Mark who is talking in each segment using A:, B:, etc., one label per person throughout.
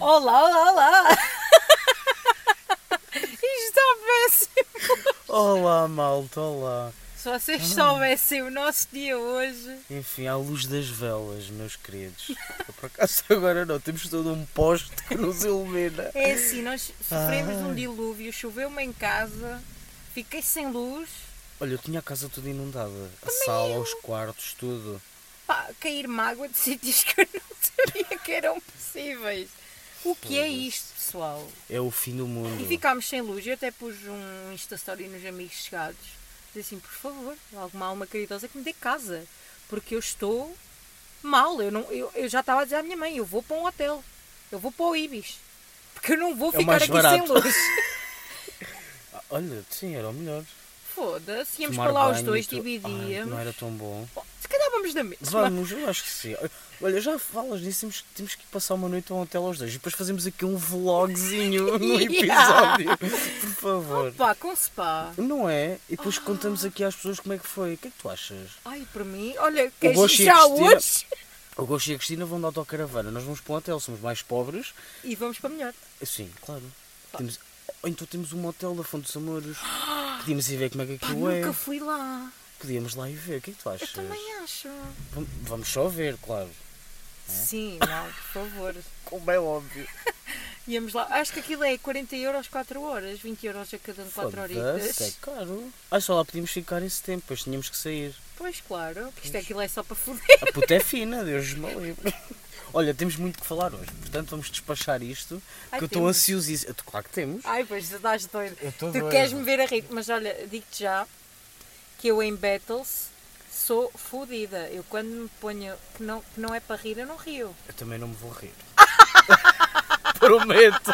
A: olá, olá, olá.
B: Isto está péssimo.
C: Olá, malta, olá.
B: Se vocês soubessem o nosso dia hoje.
C: Enfim, à luz das velas, meus queridos. Eu, Por acaso agora não, temos todo um poste que nos ilumina.
B: É assim, nós sofremos de um dilúvio, choveu-me em casa, fiquei sem luz.
C: Olha, eu tinha a casa toda inundada. A sala, os quartos, tudo.
B: Pá, cair mágoa de sítios que eu não sabia que eram possíveis. O que é isto, pessoal?
C: É o fim do mundo.
B: E ficámos sem luz. Eu até pus um Insta Story nos amigos chegados. Diz assim, por favor, alguma alma caridosa que me dê casa. Porque eu estou mal. Eu, não, eu, eu já estava a dizer à minha mãe, eu vou para um hotel. Eu vou para o Ibis. Porque eu não vou
C: É o
B: ficar
C: mais
B: aqui sem
C: barato.
B: luz.
C: Ah, Olha, sim, era o melhor.
B: Foda-se, íamos
C: Tomar
B: para lá os
C: banho
B: dois,
C: e tu- Ai,
B: dividíamos.
C: Não era tão bom.
B: Bom, Se calhar vamos na mesma.
C: Vamos, eu acho que sim. Olha, já falas nisso, temos, que- temos que passar uma noite a um hotel aos dois e depois fazemos aqui um vlogzinho no
B: Yeah.
C: episódio. Por favor.
B: Opa, com spa.
C: Não é? E
B: Ah.
C: depois contamos aqui às pessoas como é que foi. O que é que tu achas?
B: Ai, para mim, olha,
C: O
B: queres
C: Gosto e a
B: já
C: Cristina-
B: hoje?
C: O Gosto e a Cristina vão de autocaravana. Nós vamos para um hotel, somos mais pobres.
B: E vamos para melhor.
C: Sim, claro. Temos... Ou então temos um hotel da Fonte dos Amores. Podíamos ir ver como é que
B: Ah! Pá,
C: aquilo é.
B: nunca fui lá.
C: Podíamos lá ir ver. O que é que tu
B: Eu
C: achas?
B: também acho.
C: Vam- Vamos só ver, claro.
B: Sim, não, por favor.
C: Como é óbvio.
B: Íamos lá. Acho que aquilo é 40 euros 4 horas, 20 euros a cada 4 horitas.
C: Foda-se, é caro. Ah, só lá podíamos ficar esse tempo, depois tínhamos que sair.
B: Pois claro, que isto é
C: Pois.
B: aquilo é só para foder.
C: A puta é fina, Deus me livre. Olha, temos muito que falar hoje, portanto vamos despachar isto,
B: Ai,
C: que eu estou
B: temos.
C: ansiosíssimo. Eu- Claro que temos.
B: Ai, pois tu estás doido.
C: Eu estou
B: Tu queres-me ver a rir, mas olha, digo-te já que eu em battles sou fodida. Eu quando me ponho que não, que não é para rir, eu não rio.
C: Eu também não me vou rir. Prometo.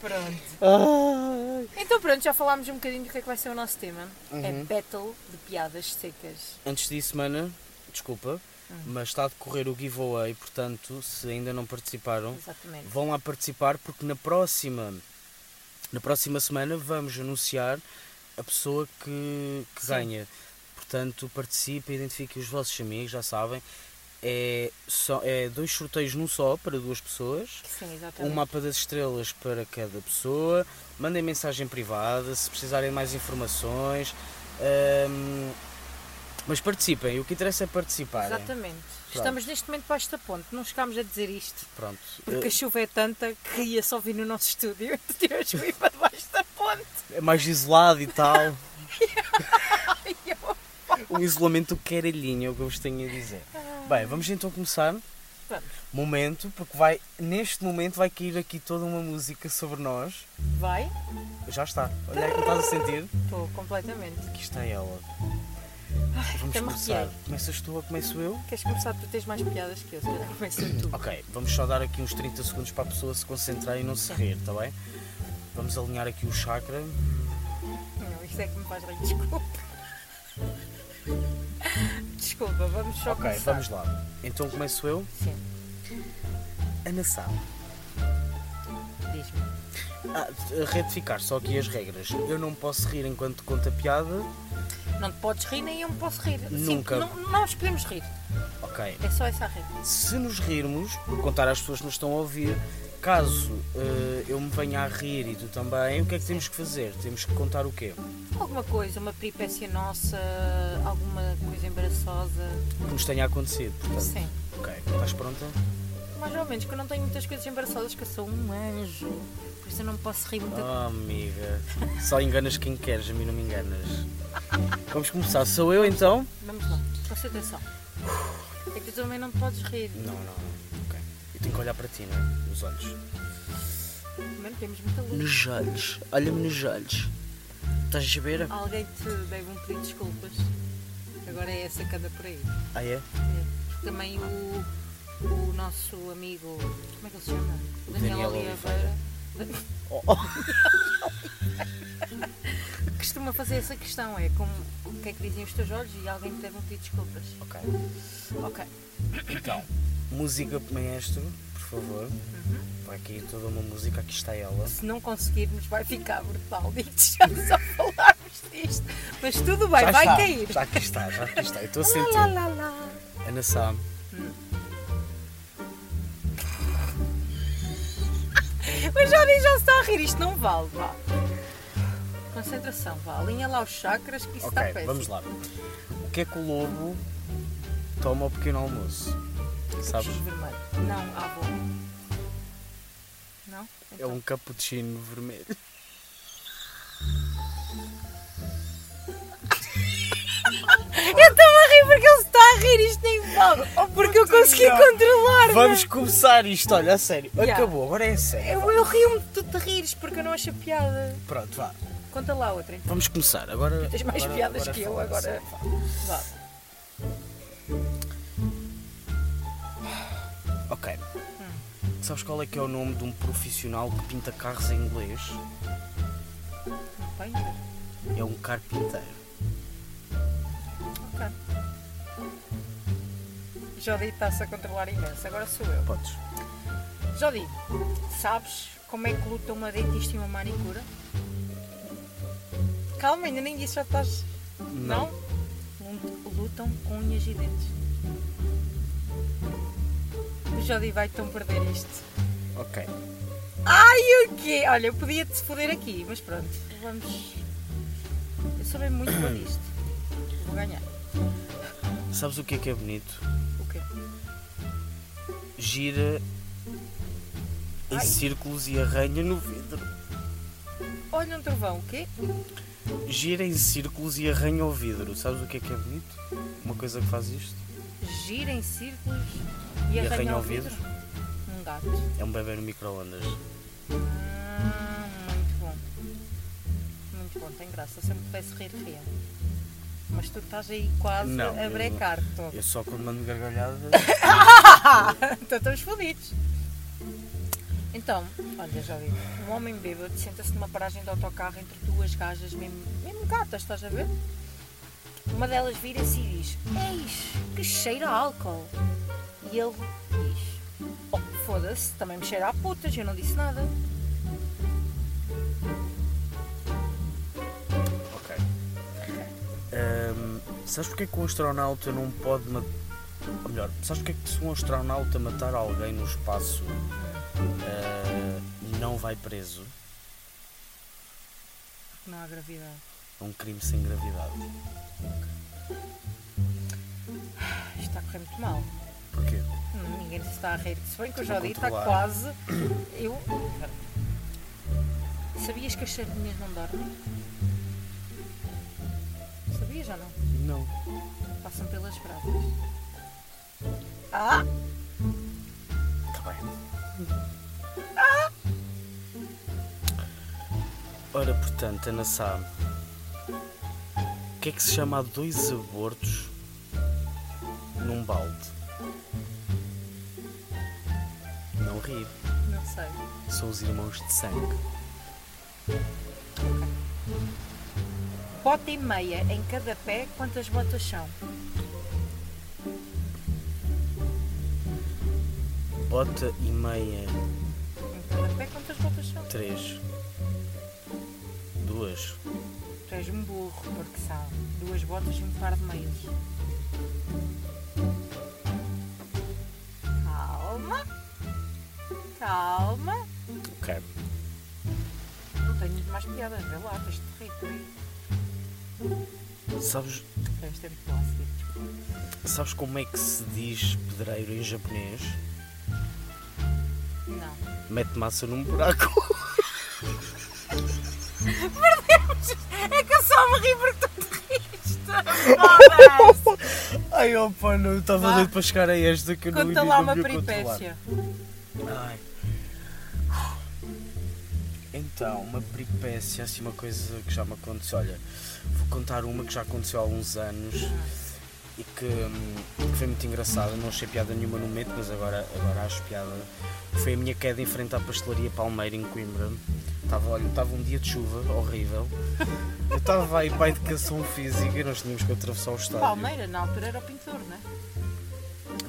B: Pronto.
C: Ai.
B: Então pronto, já falámos um bocadinho do que é que vai ser o nosso tema. É
C: Uhum.
B: battle de piadas secas.
C: Antes disso, mana, desculpa, mas está a decorrer o giveaway, portanto, se ainda não participaram,
B: Exatamente.
C: vão lá participar porque na próxima na próxima semana vamos anunciar a pessoa que, que ganha portanto participem identifiquem os vossos amigos já sabem é, só, é dois sorteios num só para duas pessoas
B: Sim,
C: um
B: exatamente.
C: mapa das estrelas para cada pessoa mandem mensagem privada se precisarem de mais informações Ahm, mas participem o que interessa é participar
B: Exatamente. Estamos neste momento baixo da ponte, não chegámos a dizer isto.
C: pronto Eh,
B: Porque a chuva é tanta que ia só vir no nosso estúdio e tirou a chuva para debaixo da ponte.
C: é mais isolado e tal
B: Ai, eu-
C: um isolamento caralhinho, é o que eu vos tenho a dizer. Bem, vamos então começar.
B: Vamos.
C: Momento, porque vai, neste momento vai cair aqui toda uma música sobre nós.
B: Vai?
C: Já está. Olha aí que estás a sentir.
B: Estou completamente.
C: Aqui está é ela. Vamos
B: até me
C: começar.
B: arrepiei.
C: Começas tu ou começo eu?
B: Queres começar? Tu tens mais piadas que eu, se calhar começa tu.
C: Ok, vamos só dar aqui uns 30 segundos para a pessoa se concentrar e não se rir, está bem? Vamos alinhar aqui o chakra.
B: Não, isto é que me faz rir, desculpa. Desculpa, vamos só
C: Ok,
B: começar.
C: vamos lá. Então começo eu.
B: Sim,
C: Ana Sá.
B: diz-me.
C: Ah, retificar só aqui as regras. Eu não posso rir enquanto conto a piada.
B: Não te podes rir, nem eu me posso rir. Sim,
C: Nunca.
B: não, nós podemos rir.
C: Ok,
B: É só essa a rir.
C: se nos rirmos, contar às pessoas que nos estão a ouvir, caso eh, eu me venha a rir e tu também, o que é que temos que fazer? Temos que contar o quê?
B: Alguma coisa, uma peripécia nossa, alguma coisa embaraçosa.
C: O que nos tenha acontecido, portanto.
B: Sim.
C: Ok, estás pronta?
B: Mais ou menos, que eu não tenho muitas coisas embaraçosas, que eu sou um anjo. Por isso eu não posso rir muito.
C: Oh, amiga, só enganas quem queres, a mim não me enganas. Vamos começar, sou eu então?
B: Vamos lá, presta atenção. É que tu também não podes rir.
C: Não, não, não. Ok. Eu tenho que olhar para ti, não é? Nos olhos.
B: Mano, temos muita luz.
C: Nos olhos. Olha-me nos olhos. Estás a ver?
B: Alguém te deve um pedido de desculpas. Agora é essa que anda por aí.
C: Ah, é?
B: É. Também o, o nosso amigo. Como é que ele se chama?
C: Daniel Oliveira. Oh, oh.
B: Costuma fazer essa questão, é como o que é que dizem os teus olhos e alguém te deve um pedido de desculpas.
C: Ok.
B: Ok.
C: Então, música maestro, por favor.
B: Uhum.
C: Vai aqui toda uma música, aqui está ela.
B: Se não conseguirmos, vai ficar brutal. Digo-te já só falarmos disto. Mas tudo bem,
C: Já
B: vai
C: está,
B: cair.
C: Já aqui está, já aqui está. Eu estou a
B: Lá,
C: sentir.
B: lá, lá.
C: Ana Sam.
B: Mas já diz, já se está a rir, isto não vale, vá. Concentração, vá, alinha lá os chakras que isso está
C: ok,
B: péssimo.
C: vamos lá. O que é que o lobo toma ao pequeno almoço? Sabes?
B: Peixes vermelhos. é Não, ah, bom. Não? Então.
C: É um cappuccino vermelho.
B: Eu estou-me a rir porque ele se está a rir, isto nem vale. Porque eu consegui
C: Deus.
B: controlar.
C: Oh, Vamos começar isto, olha, a sério.
B: Yeah.
C: Acabou, agora é a sério.
B: Eu, eu rio-me de tu te rires porque eu não acho a piada.
C: Pronto, vá.
B: Conta lá outra. então.
C: Vamos começar. Agora.
B: Tens mais
C: agora-
B: piadas
C: agora
B: que eu
C: fala,
B: agora.
C: sim, fala.
B: Vá.
C: Ok. Sabes qual é que é o nome de um profissional que pinta carros em inglês?
B: Não pinta.
C: É um carpinteiro.
B: Ok. Jodi está-se a controlar imenso, agora sou eu.
C: Podes.
B: Jodi, sabes como é que luta uma dentista e uma manicura? Calma, ainda nem disse já estás.
C: Não.
B: Lut- Lutam com unhas e dentes. O Jodi vai tão perder isto.
C: Ok.
B: Ai, o quê? Olha, eu podia te foder aqui, mas pronto, vamos. Eu sou bem muito boa disto. Vou ganhar.
C: Sabes o que é que é bonito?
B: O quê?
C: Gira em
B: Ai.
C: círculos e arranha no vidro.
B: Olha um trovão, o quê?
C: Gira em círculos e arranha o vidro. Sabes o que é que é bonito? Uma coisa que faz isto?
B: gira em círculos e,
C: E
B: arranha,
C: arranha
B: o
C: o vidro?
B: vidro. Um gato.
C: É um bebê no microondas.
B: Hum, muito bom. Muito bom, tem graça. Se eu me pudesse rir, ria. Mas tu estás aí quase
C: Não,
B: a
C: eu-
B: brecar todo.
C: Eu só quando mando gargalhada.
B: então estamos fodidos. Então, olha, já vi. Um homem bêbado senta-se numa paragem de autocarro entre duas gajas, mesmo, mesmo gatas, estás a ver? Uma delas vira-se e diz: Eis, que cheiro a álcool. E ele diz: Oh, foda-se, também me cheira a putas, eu não disse nada.
C: ok. Ahm, sabes porque é que um astronauta não pode matar. Ou melhor, sabes porque é que se um astronauta matar alguém no espaço ah, não vai preso?
B: Porque não há gravidade.
C: É um crime sem gravidade.
B: Isto está a correr muito mal.
C: Porquê?
B: Hum, Ninguém se está a rir. Se bem que eu
C: Estou
B: já
C: a
B: disse, está
C: controlar.
B: quase. Eu. Sabias que as sardinhas não dormem? Sabias ou não?
C: Não.
B: Passam pelas brasas. Ah!
C: Está bem. Ah! Ora, portanto, Ana Sá, o que é que se chama a dois abortos num balde? Não rir,
B: Não sei.
C: são os irmãos de sangue.
B: Bota e meia em cada pé, quantas botas são?
C: Bota e meia,
B: Em cada pé, quantas botas são?
C: três, duas.
B: Tu és um burro, porque são duas botas e um par de meias. Calma. Calma.
C: Ok.
B: Não tenho muito mais piadas, vê lá, tens de te rir por aí.
C: Sabes,
B: Tens de assim. ter muito plástico, desculpa.
C: sabes como é que se diz pedreiro em japonês?
B: Não.
C: Mete massa num buraco.
B: É que eu só me ri porque tu te rires. Foda-se.
C: Ai, opa, não estava
B: Vá.
C: doido para chegar a esta que eu não
B: Conta
C: ia-
B: lá
C: não
B: uma
C: ia controlar.
B: peripécia. Um
C: Ai. Então, uma peripécia, assim, uma coisa que já me aconteceu. Olha, vou contar uma que já aconteceu há uns anos e que, hum, que foi muito engraçada. Não achei piada nenhuma no momento, mas agora, agora acho piada. Foi a minha queda em frente à pastelaria Palmeira, em Coimbra. Estava, olha, estava um dia de chuva, horrível. Eu estava aí para a educação física e nós tínhamos que atravessar o estádio.
B: Palmeira, na altura era o pintor, não é?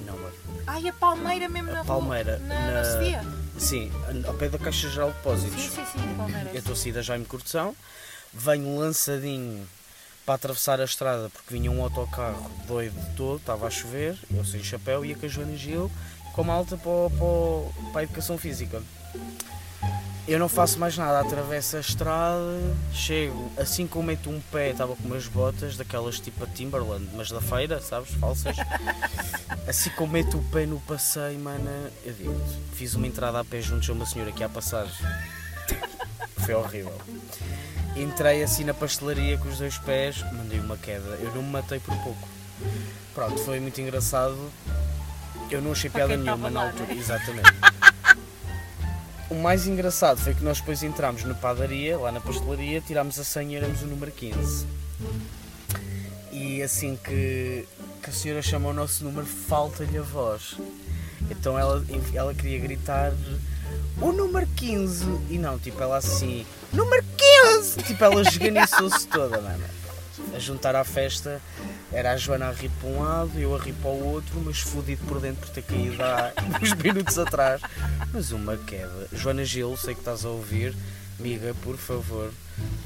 C: Não, olha.
B: Ai, a palmeira mesmo
C: A
B: na
C: Palmeira.
B: rua. Na, na Sofia.
C: Sim, ao pé da Caixa Geral de
B: Sim,
C: Depósitos.
B: sim, sim, a palmeira.
C: Eu estou a sair da É Jaime Cortesão, venho lançadinho para atravessar a estrada porque vinha um autocarro doido todo, estava a chover, eu sem chapéu ia com a Joana Gil com a malta para, o- para, o- para a educação física. Eu não faço mais nada, atravesso a estrada, chego, assim como meto um pé, estava com umas botas, daquelas tipo a Timberland, mas da feira, sabes, falsas. Assim como meto o pé no passeio, mana, eu digo fiz uma entrada a pé junto a uma senhora que ia a passar. Foi horrível. Entrei assim na pastelaria com os dois pés, mandei uma queda, eu não me matei por pouco. Pronto, foi muito engraçado. Eu não achei
B: Para
C: piada
B: quem
C: nenhuma
B: estava
C: na
B: lá,
C: altura,
B: né?
C: exatamente. O mais engraçado foi que nós depois entramos na padaria, lá na pastelaria, tirámos a senha e éramos o número 15. E assim que, que a senhora chama o nosso número, falta-lhe a voz. Então ela, ela queria gritar o número 15. E não, tipo, ela assim, número 15! Tipo, ela esganiçou-se toda, é, mano. A juntar à festa era a Joana a rir para um lado, eu a rir para o outro, mas fodido por dentro por ter caído há uns minutos atrás. Mas uma queda. Joana Gil, sei que estás a ouvir, amiga, por favor,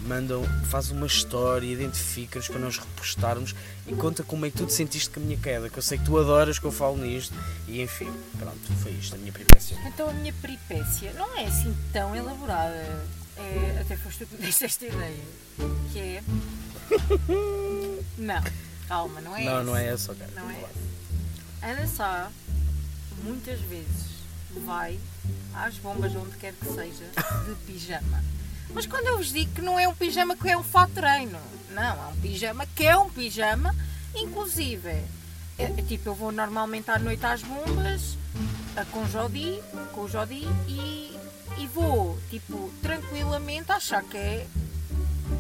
C: mandam, faz uma história, identifica-nos para nós repostarmos e conta como é que tu te sentiste com a minha queda, que eu sei que tu adoras que eu falo nisto. E enfim, pronto, foi isto, a minha peripécia.
B: Então a minha peripécia não é assim tão elaborada. É, até foste tu que me deste esta ideia. Que é. Não, calma, não é
C: não,
B: essa.
C: não é essa, cara.
B: Não é
C: Vá lá.
B: essa. Ana Sá muitas vezes vai às bombas onde quer que seja de pijama. Mas quando eu vos digo que não é um pijama que é um fato de treino, não, é um pijama que é um pijama, inclusive, é- é tipo, eu vou normalmente à noite às bombas a- com o Jodi, com o Jodi e, e vou, tipo, tranquilamente achar que é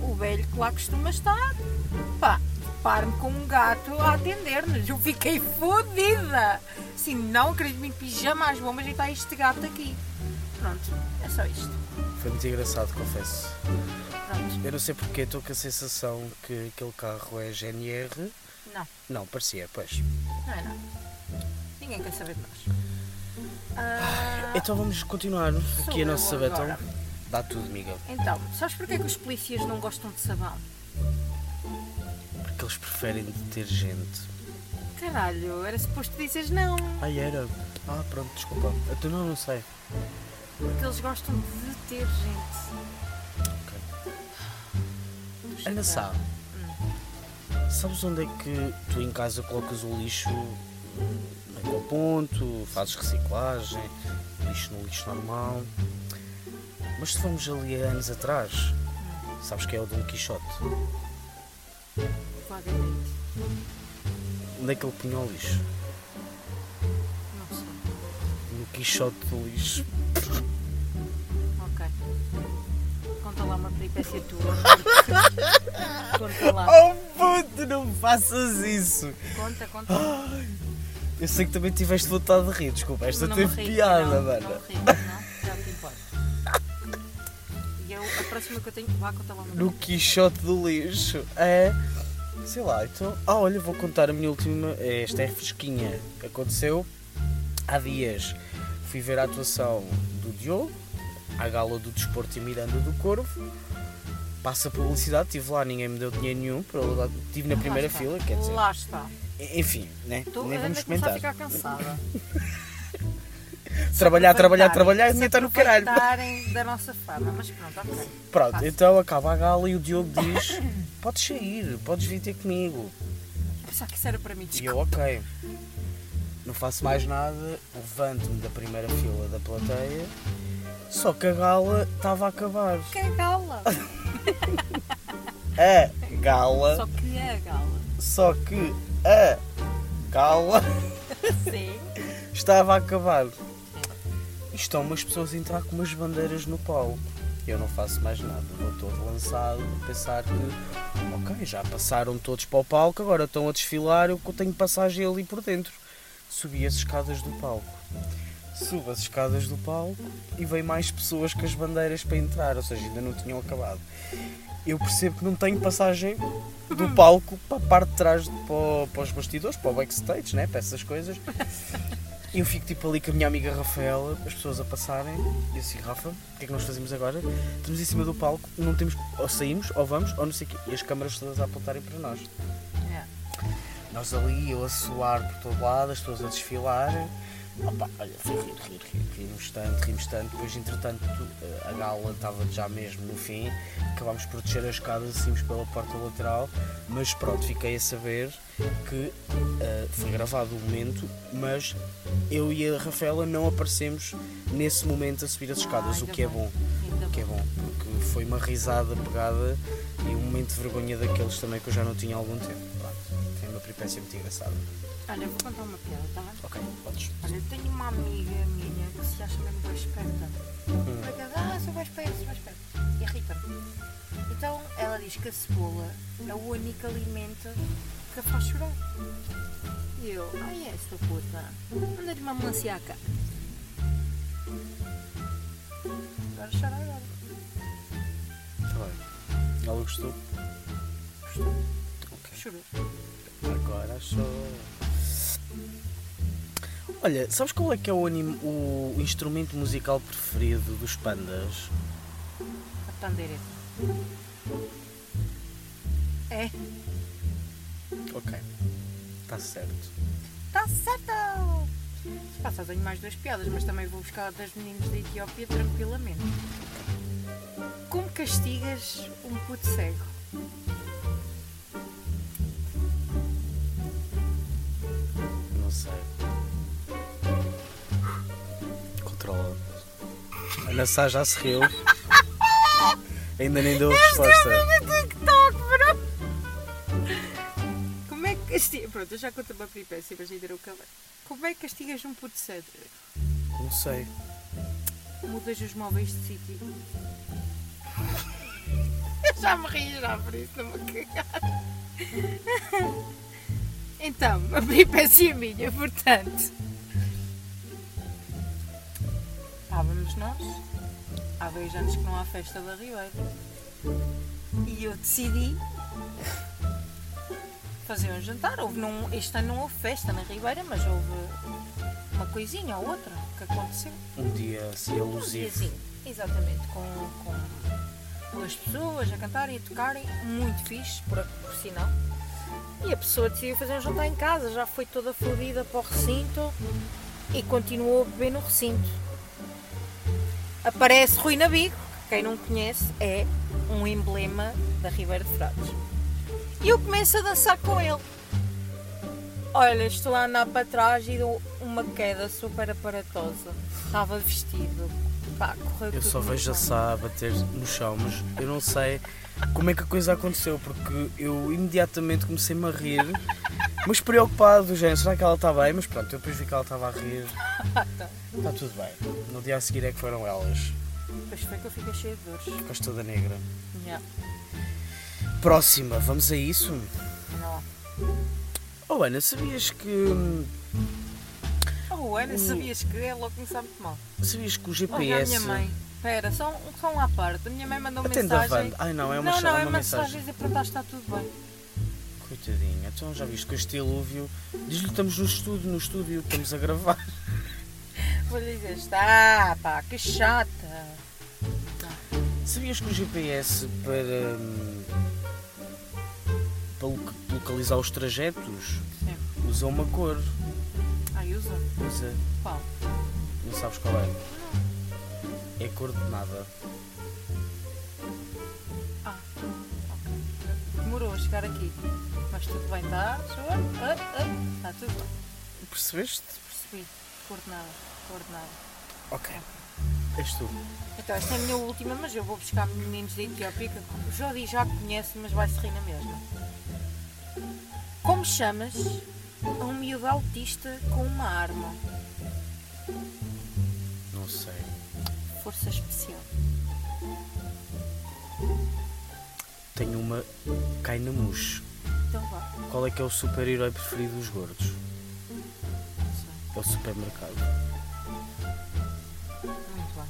B: o velho que lá costuma estar, pá, deparo-me com um gato a atender-nos. Eu fiquei fodida. Assim, não acredito em pijama às bombas e está este gato aqui. Pronto, é só isto.
C: Foi muito engraçado, confesso.
B: Pronto,
C: Eu não sei porque estou com a sensação que aquele carro é GNR.
B: não,
C: Não, parecia, pois.
B: não é nada. Ninguém quer saber de nós. Ah,
C: Então vamos continuar
B: Sou
C: aqui a
B: eu
C: nossa sabatão.
B: agora.
C: Dá tudo, amiga.
B: então, sabes porquê que os polícias não gostam de sabão?
C: Porque eles preferem detergente.
B: Caralho, era suposto dizeres não.
C: Ai, era. Ah, pronto, desculpa. Tu não, não sei.
B: Porque eles gostam de ter gente. Vamos
C: Ana
B: chegar.
C: Sá, sabes onde é que tu em casa colocas o lixo naquele ponto, fazes reciclagem, lixo no lixo normal? Mas se formos ali há anos atrás, sabes que é o Dom Quixote?
B: Vagamente,
C: Onde é que ele punha o lixo?
B: não sei.
C: No Quixote do lixo.
B: Ok. Conta lá uma peripécia tua. conta lá.
C: Oh puto, não faças isso!
B: Conta,
C: Ah,
B: conta.
C: Eu sei que também tiveste vontade de rir, desculpa, esta
B: Não me
C: teve
B: ri,
C: piada,
B: não,
C: mano.
B: Não, me ri, não, já te importo. E eu, a próxima que eu tenho. Vá, conta lá uma.
C: no Quixote do Lixo é. Sei lá, então. Ah, olha, vou contar a minha última. Esta é fresquinha. Aconteceu há dias. Fui ver a atuação do Diogo, à gala do Desporto e Miranda do Corvo. Passa publicidade, estive lá, ninguém me deu dinheiro nenhum. Para eu dar- Estive na
B: Lá
C: primeira
B: está.
C: fila, quer dizer.
B: Lá está.
C: Enfim, né?
B: Estou
C: Nem
B: a
C: vamos
B: começar a
C: comentar.
B: ficar cansada.
C: Trabalhar, trabalhar,
B: Aproveitarem-
C: trabalhar e
B: se
C: nem está no caralho.
B: aproveitarem da nossa fama, mas pronto, ok.
C: Pronto,
B: Passa.
C: então acaba a gala e o Diogo diz: Podes sair, podes vir ter comigo.
B: Pensava que isso era para mim.
C: E eu, ok. Não faço mais nada, levanto-me da primeira fila da plateia, só que a gala estava a acabar.
B: Que é gala.
C: A
B: Só
C: gala,
B: que é a gala.
C: só que a gala
B: Sim.
C: estava a acabar. E estão umas pessoas a entrar com umas bandeiras no pau. Eu não faço mais nada, vou todo lançado, a pensar que, ok, já passaram todos para o palco, agora estão a desfilar, eu tenho passagem ali por dentro. Subi as escadas do palco. Subo as escadas do palco e vem mais pessoas com as bandeiras para entrar, ou seja, ainda não tinham acabado. Eu percebo que não tenho passagem do palco para a parte de trás, de- para, o- para os bastidores, para o backstage, né? para essas coisas. E eu fico tipo ali com a minha amiga Rafaela, as pessoas a passarem, e eu assim, Rafa, o que é que nós fazemos agora? Estamos em cima do palco, não temos, ou saímos, ou vamos, ou não sei o quê, e as câmaras todas a apontarem para nós.
B: É.
C: Nós ali, eu a suar por todo lado, as pessoas a desfilar, Opa, olha, foi rir, rir, rir, rimos tanto, rimos tanto, depois entretanto eh, a gala estava já mesmo no fim, acabámos por descer as escadas e saímos pela porta lateral, mas pronto, fiquei a saber que eh, foi gravado o momento, mas eu e a Rafaela não aparecemos nesse momento a subir as escadas, o que é bom, o que é bom, porque foi uma risada pegada e um momento de vergonha daqueles também que eu já não tinha há algum tempo. Pronto, foi uma peripécia muito engraçada.
B: Olha, eu vou contar uma piada, tá bem?
C: Ok, podes.
B: Olha, eu tenho uma amiga minha que se acha mesmo bem esperta. Por acaso, ah, sou bem esperta, sou bem esperta. Irrita-me. Então, ela diz que a cebola é o único alimento que a faz chorar. E eu, ai, é sua puta. Manda-lhe uma melancia à cara. Agora chora agora.
C: Tá bem. Ela gostou? Ok.
B: Chorou.
C: Agora só. Olha, sabes qual é que é o, anim- o instrumento musical preferido dos pandas?
B: A pandeireta. É,
C: Ok. Está certo.
B: tá certo! Se passa, tenho mais duas piadas, mas também vou buscar das meninas da Etiópia tranquilamente. Como castigas um puto cego?
C: Não sei. Controla. A Ana Sá já se riu. Ainda nem deu a resposta.
B: TikTok, bro! Como é que castigas. Pronto, eu já conto uma peripécia, mas ainda não acabei. Como é que castigas um puto cego?
C: Não sei.
B: Mudas os móveis de sítio. Eu já me ri já por isso, não me cagar. Então, a peripécia minha, portanto. Estávamos nós, há dois anos que não há festa da Ribeira. E eu decidi fazer um jantar. Houve num- este ano não houve festa na Ribeira, mas houve uma coisinha ou outra que aconteceu.
C: Um dia assim
B: Um
C: elusivo.
B: diazinho, exatamente, com, com duas pessoas a cantarem e a tocarem, muito fixe, por, por sinal. E a pessoa decidiu fazer um jantar em casa, já foi toda fodida para o recinto e continuou a beber no recinto. Aparece Rui Nabigo, que quem não conhece é um emblema da Ribeira de Frades. E eu começo a dançar com ele. Olha, estou a andar para trás e dou uma queda super aparatosa. Estava vestido. Pá, correu
C: Eu
B: tudo
C: só
B: muito
C: vejo assim. a
B: bem.
C: Sá a bater no chão, mas eu não sei como é que a coisa aconteceu, porque eu imediatamente comecei-me a rir, mas preocupado, gente, será que ela está bem? Mas pronto, eu depois vi que ela estava a rir.
B: Ah, tá.
C: Está tudo bem. No dia a seguir é que foram elas.
B: Pois foi que eu fiquei cheia de dores.
C: Ficaste toda negra.
B: Yeah.
C: Próxima, vamos a isso?
B: Não há.
C: Oh Ana, sabias que. hum,
B: Oh, Ana,
C: O-
B: sabias que ela começou muito mal?
C: Sabias que o
B: Olha, a
C: GPS.
B: minha mãe. Espera, só, um, só um à parte. A minha mãe mandou uma
C: Atende a
B: mensagem.
C: Wanda. Ai não, é uma,
B: não,
C: só-
B: não,
C: é
B: é
C: uma
B: mensagem
C: mensagem.
B: de perguntar se está tudo bem.
C: Coitadinha, então já viste que este dilúvio. Diz-lhe que estamos no estúdio, no estúdio, estamos a gravar.
B: Vou-lhe dizer, está, pá, que chata.
C: Sabias que o GPS para, hum, para lo- localizar os trajetos
B: Sim.
C: usa uma cor?
B: Ai, usa.
C: Usa.
B: Qual?
C: Não sabes qual é? É cor de nada.
B: Ah, ok. Demorou a chegar aqui. Mas tudo bem, está? Sure? Ah, ah, Está tudo bem.
C: Percebeste?
B: Percebi. Coordenada, coordenada.
C: Ok. És tu.
B: Então, esta é a minha última, mas eu vou buscar meninos da Etiópia que o Jodi já conhece, mas vai se rir na mesma. Como chamas a um miúdo autista com uma arma?
C: Não sei.
B: Força especial.
C: Tenho uma Kainamush.
B: Então vá.
C: Qual é que é o super-herói preferido dos gordos?
B: Não sei.
C: É o supermercado.
B: Muito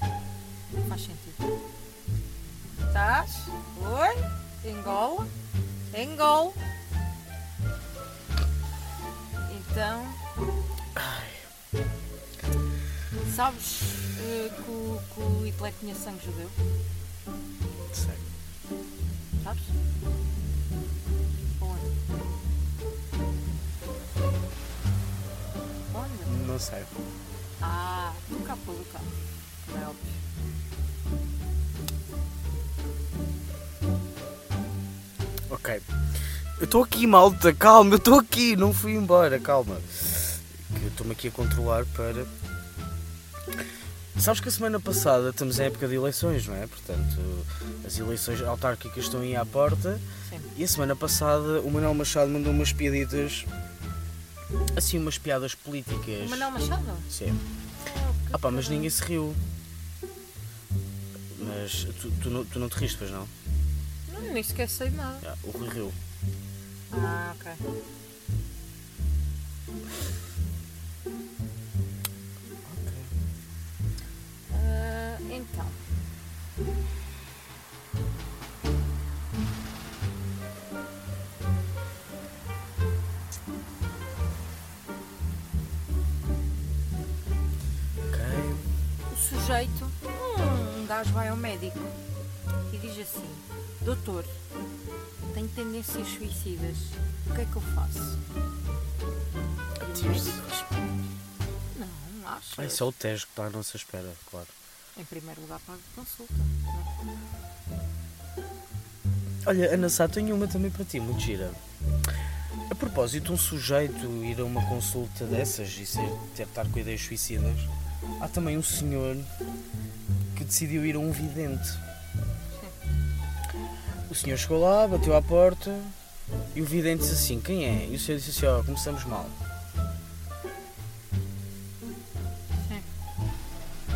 B: bem. Faz sentido. Estás? Oi? Engola? Engola? Então. Sabes eh, que, o, que o Hitler tinha sangue judeu?
C: Sei.
B: Sabes? Onde? Onde?
C: Não sei.
B: Ah, do capo para local. Não é óbvio.
C: Ok. Eu estou aqui, malta, calma, eu estou aqui, não fui embora, calma. Que eu estou-me aqui a controlar para. Sabes que a semana passada estamos em época de eleições, não é? Portanto, as eleições autárquicas estão aí à porta.
B: Sim.
C: E a semana passada o Manuel Machado mandou umas piaditas. Assim, umas piadas políticas.
B: O Manuel Machado?
C: Sim. Ah pá, mas ninguém se riu. Mas tu, tu, não, tu não te riste, pois não?
B: Não, nem sequer sei de nada.
C: Já, o Rui riu.
B: Ah, ok. Ah, então.
C: Ok.
B: O sujeito, um gajo vai ao médico e diz assim: Doutor, tenho tendências suicidas, o que é que eu faço? E o
C: Atire-se.
B: médico responde: Não, não acho.
C: É só o Tejo que está à nossa espera, claro.
B: Em primeiro lugar, pago consulta. não
C: Olha, Ana Sá, tenho uma também para ti, muito gira. A propósito, um sujeito ir a uma consulta dessas e ser, ter, estar com ideias suicidas, há também um senhor que decidiu ir a um vidente. O senhor chegou lá, bateu à porta e o vidente disse assim: Quem é? E o senhor disse assim: Ó, começamos mal.
B: é?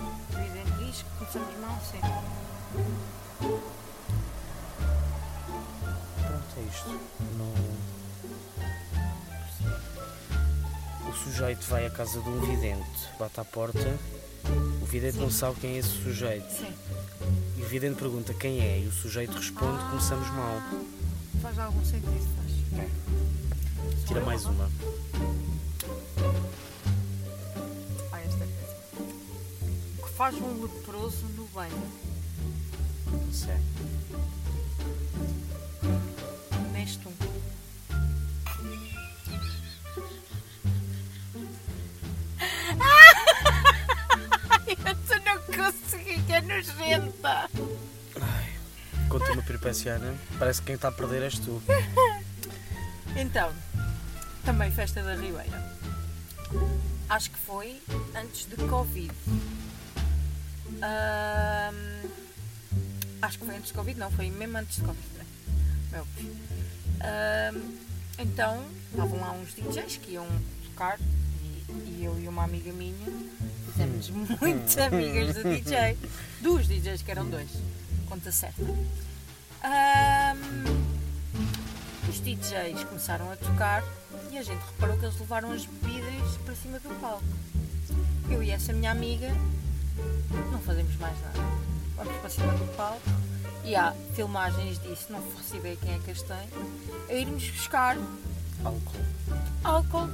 B: O vidente diz que começamos mal, sim.
C: Pronto, é isto. Não- O sujeito vai à casa de um vidente, bate à porta, o vidente não sabe quem é esse sujeito.
B: Sim.
C: E o vidente pergunta quem é, e o sujeito responde: começamos mal.
B: Faz algum sentido, faz.
C: É. Tira mais uma.
B: Ah, esta é péssima. O que faz um leproso no banho?
C: Certo.
B: Neste um. Eu não consegui, que é nojenta.
C: Conta uma peripécia, né? Parece que quem está a perder és tu.
B: Então, também festa da Ribeira. Acho que foi antes de Covid. Ahm, acho que foi antes de Covid, não, foi mesmo antes de Covid, né? Meu Deus. Ahm, então, estavam lá uns DJs que iam tocar e, e eu e uma amiga minha fizemos muitas amigas do DJ. Dos DJs que eram dois, conta certa. Ahm, os DJs começaram a tocar e a gente reparou que eles levaram as bebidas para cima do palco. Eu e essa minha amiga não fazemos mais nada. Vamos para cima do palco e há filmagens disso, não faço ideia quem é que as tem, a irmos buscar
C: Álcool.
B: álcool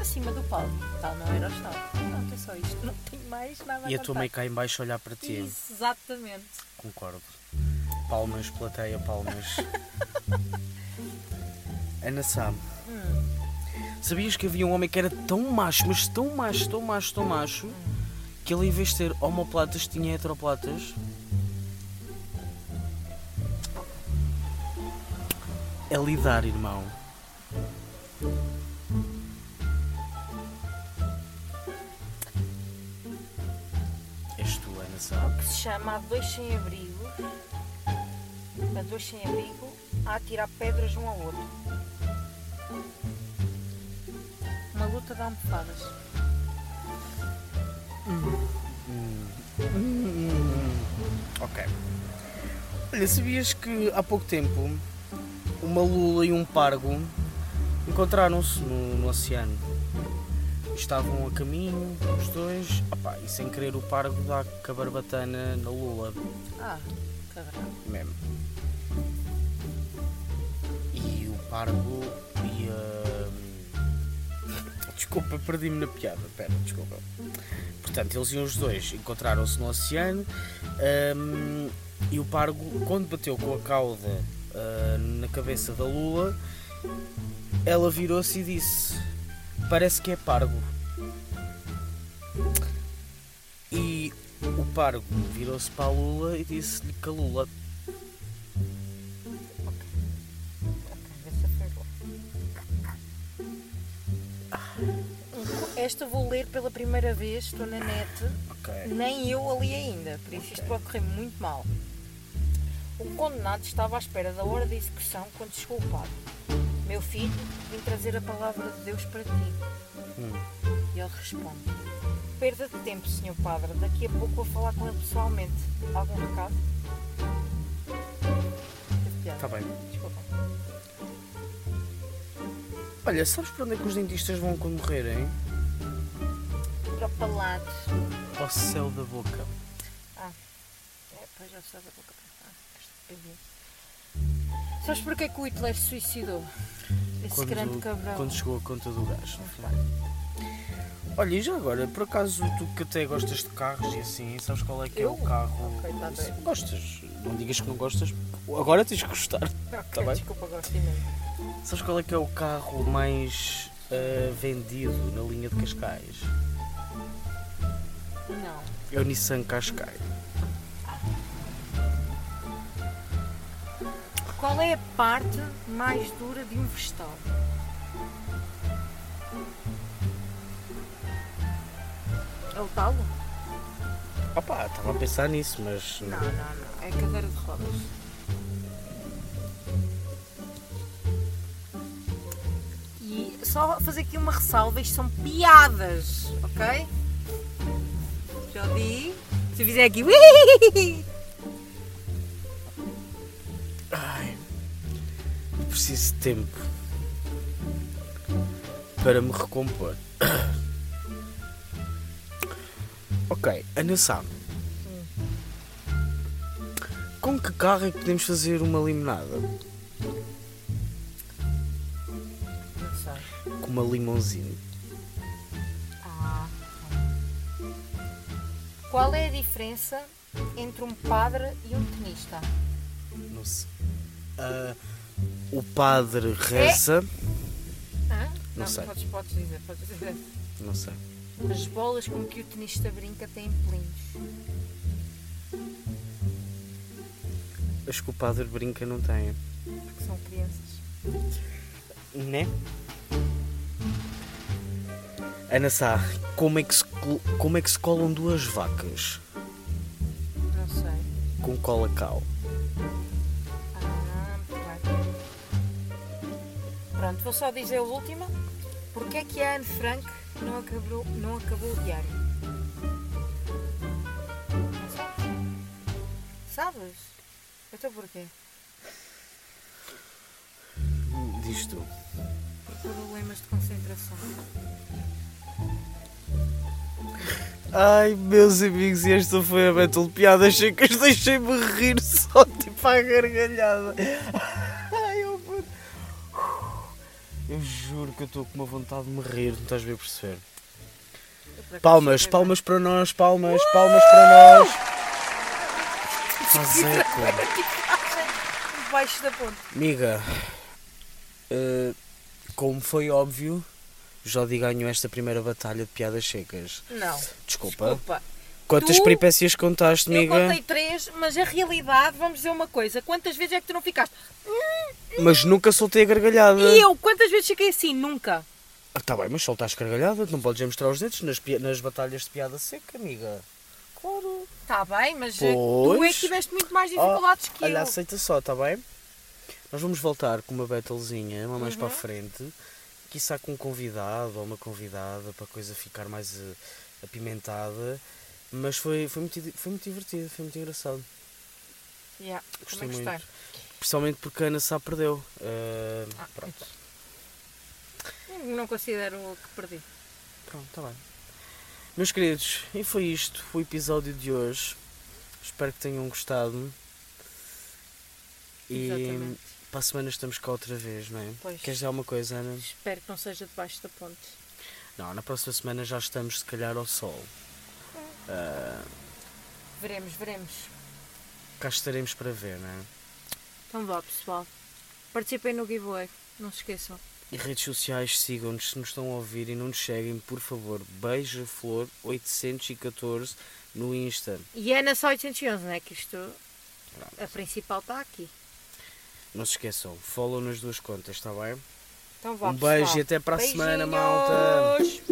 B: acima do palco. Tal não era o estado. Pronto, é só isto. Não tenho mais nada
C: E a
B: contar.
C: tua mãe cá em baixo a olhar para ti.
B: Isso, exatamente.
C: Concordo. Palmas, plateia, palmas. Ana Sam. Sabias que havia um homem que era tão macho, mas tão macho, tão macho, tão macho, que ele em vez de ter homoplatas tinha heteroplatas? É lidar, irmão. És tu, Ana Sam.
B: que se chama A Dois Sem Abrigo. A Dois Sem Abrigo a atirar pedras um ao outro. Uma luta de almofadas.
C: Hum. Ok. Olha, sabias que há pouco tempo uma lula e um pargo encontraram-se no, no oceano? Estavam a caminho, os dois, opá, e sem querer o pargo dá com a barbatana na lula,
B: Ah, cabrão.
C: mesmo. E o pargo e a... hum, Desculpa, perdi-me na piada, pera, desculpa. Portanto, eles iam os dois, encontraram-se no oceano hum, e o pargo, quando bateu com a cauda hum, na cabeça da lula, ela virou-se e disse: Parece que é pargo. E o Pargo virou-se para a Lula e disse-lhe que a Lula
B: Esta vou ler pela primeira vez, estou na net,
C: Ok.
B: nem eu ali ainda, por isso isto
C: Ok.
B: vai correr muito mal. O condenado estava à espera da hora da execução quando chegou o padre. Meu filho, vim trazer a palavra de Deus para ti.
C: Hum.
B: E ele responde: Perda de tempo, senhor padre, daqui a pouco vou falar com ele pessoalmente. Algum recado? Teve piada.
C: Está Tá bem.
B: Desculpa.
C: Olha, sabes para onde é que os dentistas vão quando morrerem?
B: Para palados.
C: Para o céu da boca.
B: É, pois já sabe a boca para Sabes porquê que o Hitler se suicidou? Esse grande cabrão.
C: quando chegou a conta do gás. Olha, e já agora, por acaso tu que até gostas de carros e assim, sabes qual é que é
B: Eu?
C: o carro?
B: Ok, tá bem.
C: Se gostas, não digas que não gostas, agora tens que gostar.
B: Ok,
C: bem.
B: Desculpa, gosto imenso.
C: Sabes qual é que é o carro mais ah, vendido na linha de Cascais?
B: Não.
C: É o Nissan Cascai.
B: Qual é a parte mais dura de um vegetal? É o talo?
C: Opa, estava a pensar nisso, mas.
B: Não, não, não. É a cadeira de rodas. E só fazer aqui uma ressalva, isto são piadas, ok? Já ouvi. Se eu fizer aqui.
C: Ai, preciso de tempo para me recompor. Ok, Ana sabe. Com que carro é que podemos fazer uma limonada?
B: Não sei.
C: Com uma limonzinha.
B: Ah. Qual é a diferença entre um padre e um tenista?
C: Não sei. Ah, o padre reza.
B: Hã?
C: Não sei.
B: Podes, podes dizer, podes dizer.
C: Não sei.
B: As bolas com que o tenista brinca têm pelinhos.
C: Acho que o padre brinca não tem.
B: Porque são crianças.
C: Né? Ana Sá, como é, que se, col- como é que se colam duas vacas
B: Não sei.
C: com um cola cal?
B: Ah, muito bem. Pronto, vou só dizer a última. Porquê é que a Anne Frank não acabou, não acabou o diário? Não sabes? Sabes? Então porquê?
C: Diz tu.
B: Problemas de concentração.
C: Ai, meus amigos, e esta foi a Battle de Piadas Secas. Deixei-me rir só, tipo, à gargalhada. Ai, eu... puto. Eu juro que eu estou com uma vontade de me rir, não estás bem a perceber?
B: Eu, por acaso,
C: Palmas,
B: sei
C: palmas para nós, palmas, palmas para nós. Fazer como?
B: bem. Debaixo da ponte.
C: Amiga, eh, como foi óbvio, Jodi ganhou esta primeira batalha de piadas secas.
B: Não.
C: Desculpa.
B: Opa.
C: Quantas
B: Tu-
C: peripécias contaste,
B: Eu
C: amiga?
B: contei três, mas a realidade, vamos dizer uma coisa, quantas vezes é que tu não ficaste?
C: Mas nunca soltei a gargalhada.
B: E eu, quantas vezes fiquei assim? Nunca.
C: Ah, tá bem, mas soltaste gargalhada, não podes é mostrar os dedos nas, pi- nas batalhas de piada seca, amiga. Claro.
B: Está bem, mas eh, tu é
C: Pois. Ah,
B: que tiveste muito mais dificuldades que eu.
C: Oh, Olha, aceita só, tá bem? Nós vamos voltar com uma battlezinha, uma mais para
B: Uhum.
C: a frente. Quiçá com um convidado ou uma convidada para a coisa ficar mais eh, apimentada. Mas foi, foi, muito, di- foi muito divertido, foi muito engraçado.
B: Yeah,
C: Gostei
B: também
C: muito. Principalmente porque a Ana Sá perdeu. Eh,
B: Ah,
C: pronto,
B: Não considero que perdi.
C: pronto, tá bem. Meus queridos, e foi isto o episódio de hoje. Espero que tenham gostado. E
B: Exatamente.
C: para a semana estamos cá outra vez, não é?
B: Pois.
C: Queres dizer alguma coisa, Ana?
B: Espero que não seja debaixo da ponte.
C: Não, na próxima semana já estamos, se calhar, ao sol.
B: Veremos, veremos.
C: Cá estaremos para ver, não é?
B: Então vá, pessoal. Participem no giveaway. Não se esqueçam.
C: E redes sociais, sigam-nos se nos estão a ouvir e não nos seguem, por favor. Beijaflor814 no Insta.
B: E é na só 811, não é? Que isto. A principal está aqui.
C: Não se esqueçam, follow nas duas contas, está bem?
B: Então vá,
C: um beijo
B: pessoal.
C: e até para a semana,
B: Beijinhos!
C: malta!